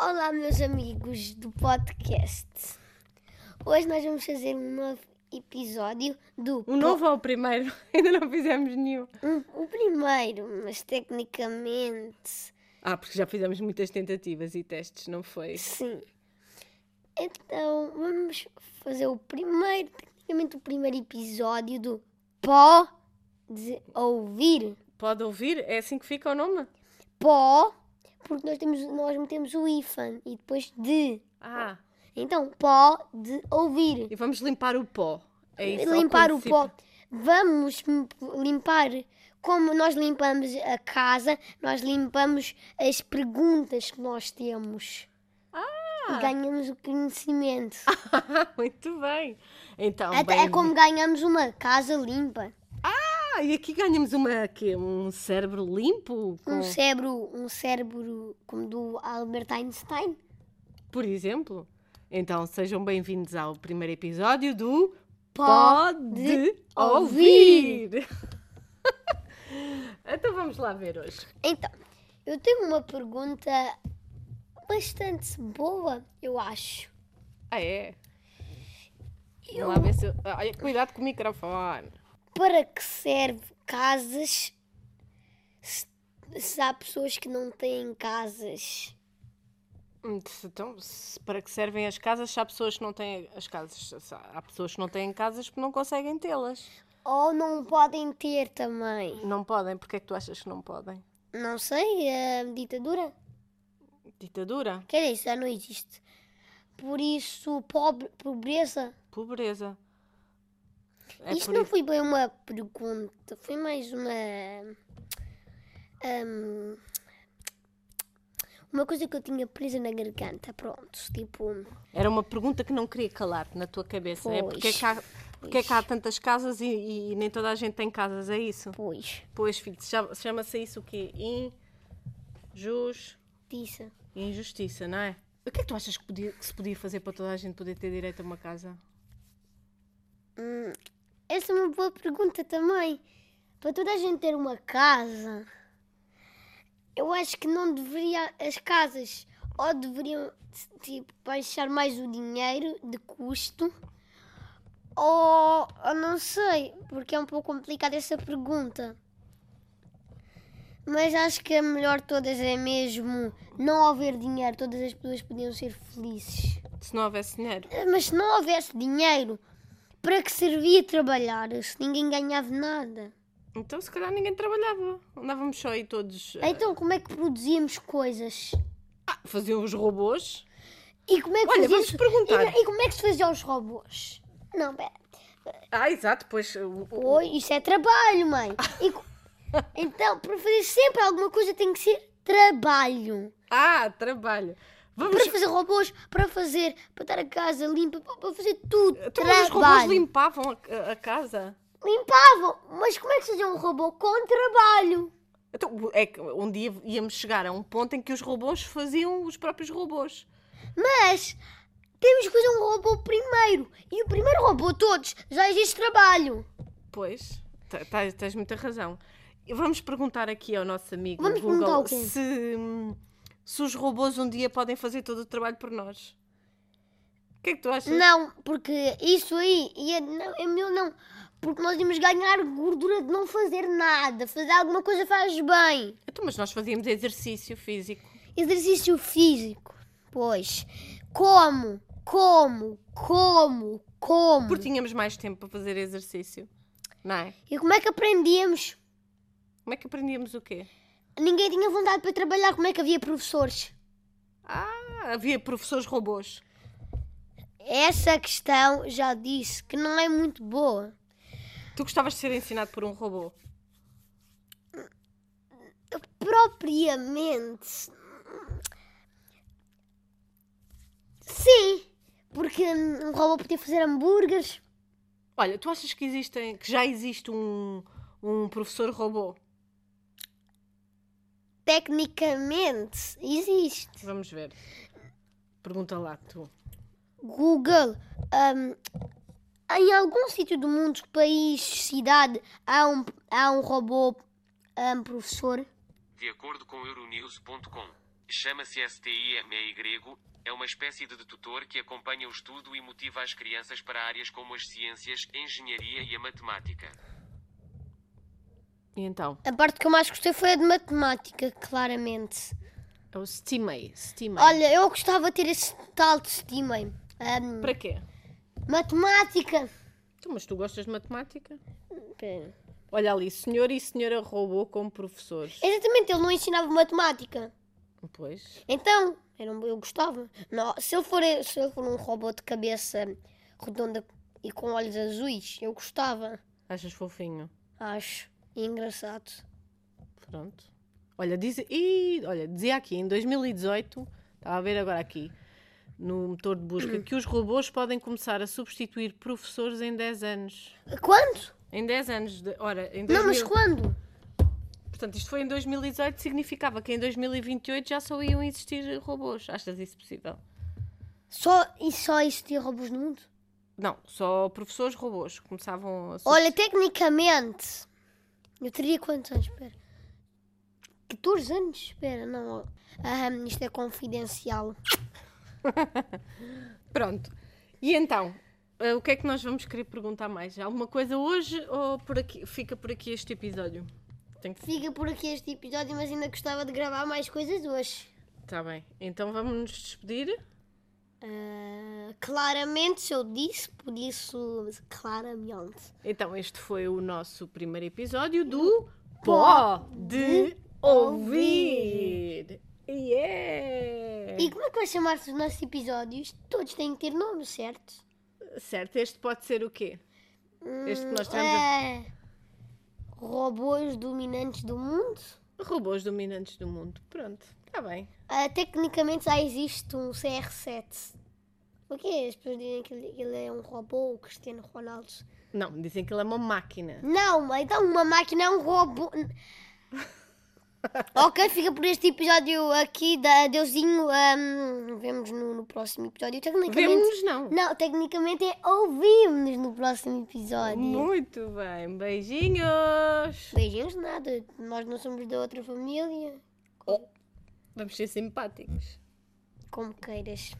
Olá, meus amigos do podcast. Hoje nós vamos fazer um novo episódio do Um novo ou o primeiro? Ainda não fizemos nenhum. po- um- o primeiro, mas tecnicamente Ah, porque já fizemos muitas tentativas e testes, não foi? sim. Então vamos fazer o primeiro, tecnicamente o primeiro episódio do pó de ouvir. Pode ouvir? É assim que fica o nome? Pó, porque nós temos nós metemos o ifan e depois de. Ah, Então pó de ouvir. e vamos limpar o pó. É isso, ao limpar o princípio. pó. Vamos m- limpar como nós limpamos a casa, nós limpamos as perguntas que nós temos. Ah! E ganhamos o conhecimento. Muito bem. Então, Até Ah, bem- é como ganhamos uma casa limpa. Ah, e aqui ganhamos uma, quê? um cérebro limpo, com- Um cérebro, um cérebro como do Albert Einstein. por exemplo. Então, sejam bem-vindos ao primeiro episódio do Pode Pode Ouvir. Ouvir. então vamos lá ver hoje. Então, eu tenho uma pergunta bastante boa, eu acho. Ah, é? Eu- Vamos lá ver se. eu- Olha, cuidado com o microfone. para que serve casas se, se há pessoas que não têm casas? Hum, Então, se- para que servem as casas? Se há pessoas que não têm as casas. se Há há pessoas que não têm casas porque não conseguem tê-las. Ou não podem ter também? Não podem. Porquê é que tu achas que não podem? Não sei, a ditadura? Ditadura? Quer dizer, isso já não existe. Por isso, pobre, pobreza? Pobreza. É Isto por não isso- foi bem uma pergunta, foi mais uma. hum, uma coisa que eu tinha presa na garganta, pronto. Tipo, Era uma pergunta que não queria calar na tua cabeça. É Pois. porque é que há, porque é que há tantas casas e, e nem toda a gente tem casas, é isso? pois, Pois, filho, chama- chama-se isso o quê? Injus. disse. Injustiça, não é? O que é que tu achas que, podia- que se podia fazer para toda a gente poder ter direito a uma casa? Essa é uma boa pergunta também. Para toda a gente ter uma casa, eu acho que não deveria as casas ou deveriam tipo, baixar mais o dinheiro de custo ou, ou não sei, porque é um pouco complicada essa pergunta. Mas acho que a melhor de todas é mesmo não haver dinheiro, todas as pessoas podiam ser felizes. Se não houvesse dinheiro. Mas se não houvesse dinheiro, para que servia trabalhar se ninguém ganhava nada? Então, se calhar, ninguém trabalhava. Andávamos só aí todos. eh, Então como é que produzíamos coisas? Ah, faziam os robôs. E como é que Olha, fazia-se- vamos perguntar. E, e como é que se fazia aos robôs? Não, pera. Ah, exato, pois. o- o- Oi, isso é trabalho, mãe. E co- então, para fazer sempre alguma coisa tem que ser trabalho. Ah, trabalho. Vamos. Para fazer robôs, para fazer, para estar a casa limpa, para para fazer tudo. Então, mas os robôs trabalho. limpavam a, a casa. Limpavam, mas como é que se fazia um robô com trabalho? Então, é que um dia íamos chegar a um ponto em que os robôs faziam os próprios robôs. Mas temos que fazer um robô primeiro. E o primeiro robô de todos já existe trabalho. Pois, te- te- tens muita razão. E Vamos perguntar aqui ao nosso amigo Vamos perguntar o Google quê? se, hum, se os robôs um dia podem fazer todo o trabalho por nós. O que é que tu achas? Não, porque isso aí ia- não, é meu não. Porque nós íamos ganhar gordura de não fazer nada. Fazer alguma coisa faz bem. Então, mas nós fazíamos exercício físico. Exercício físico. Pois. Como? Como? Como? Como? Porque tínhamos mais tempo para fazer exercício. Não é? E como é que aprendíamos? Como é que aprendíamos o quê? Ninguém tinha vontade para trabalhar. Como é que havia professores? Ah, havia professores robôs. Essa questão já disse que não é muito boa. Tu gostavas de ser ensinado por um robô? propriamente. Sim, porque um robô podia fazer hambúrgueres. Olha, tu achas que existem, que já existe um, um professor robô? Tecnicamente existe. Vamos ver. Pergunta lá tu. Google, hum, em algum sítio do mundo, país, cidade, há um, há um robô hum, professor? De acordo com Euronews.com, Chama-se STIME grego, é uma espécie de tutor que acompanha o estudo e motiva as crianças para áreas como as ciências, a engenharia e a matemática. E então? A parte que eu mais gostei foi a de matemática, claramente. É o Steamay. Steamay. Olha, eu gostava de ter esse tal de Steamay. Ahm, Para quê? matemática. Tu, Então, mas tu gostas de matemática? Pera. Olha ali, senhor e senhora robô como professores. Exatamente, ele não ensinava matemática. Pois. Então, eu, não- eu gostava. Não, se, ele for, se ele for um robô de cabeça redonda e com olhos azuis, eu gostava. Achas fofinho? Acho engraçado. Pronto. Olha, diz, e, olha, dizia aqui, em 2018, estava a ver agora aqui, no motor de busca, que os robôs podem começar a substituir professores em 10 anos. Quando? Em 10 anos. De, ora, em 2000, Não, mas quando? Portanto, isto foi em 2018, significava que em 2028 já só iam existir robôs. Achas isso possível? Só, e só existiam robôs no mundo? Não, só professores robôs começavam a. Olha, tecnicamente, eu teria quantos anos? Espera. 14 anos? Espera, não. Ah, isto é confidencial. Pronto. E então, eh, o que é que nós vamos querer perguntar mais? Alguma coisa hoje ou por aqui, fica por aqui este episódio? Tem que Fica por aqui este episódio, mas ainda gostava de gravar mais coisas hoje. Está bem. Então vamos nos despedir. Ah, claramente eu disse, por isso, claramente. Então, este foi o nosso primeiro episódio do Pó de Ouvir. Yeah! E como é que vai chamar-se os nossos episódios? Todos têm que ter nome, certo? Certo, este pode ser o quê? Este que nós estamos a... É... Robôs dominantes do mundo? Robôs dominantes do mundo. Pronto, está bem. Ah, tecnicamente já existe um CR7. O quê? As pessoas dizem que ele, que ele é um robô, o Cristiano Ronaldo. Não, dizem que ele é uma máquina. Não, mas então uma máquina é um robô. ok, fica por este episódio aqui da Deusinho. ahm, vemos no, no próximo episódio. Tecnicamente. Vemo-nos, não. Não, tecnicamente é ouvimos-nos no próximo episódio. Muito bem. Beijinhos. Beijinhos, nada. Nós não somos da outra família. Vamos ser simpáticos. Como queiras.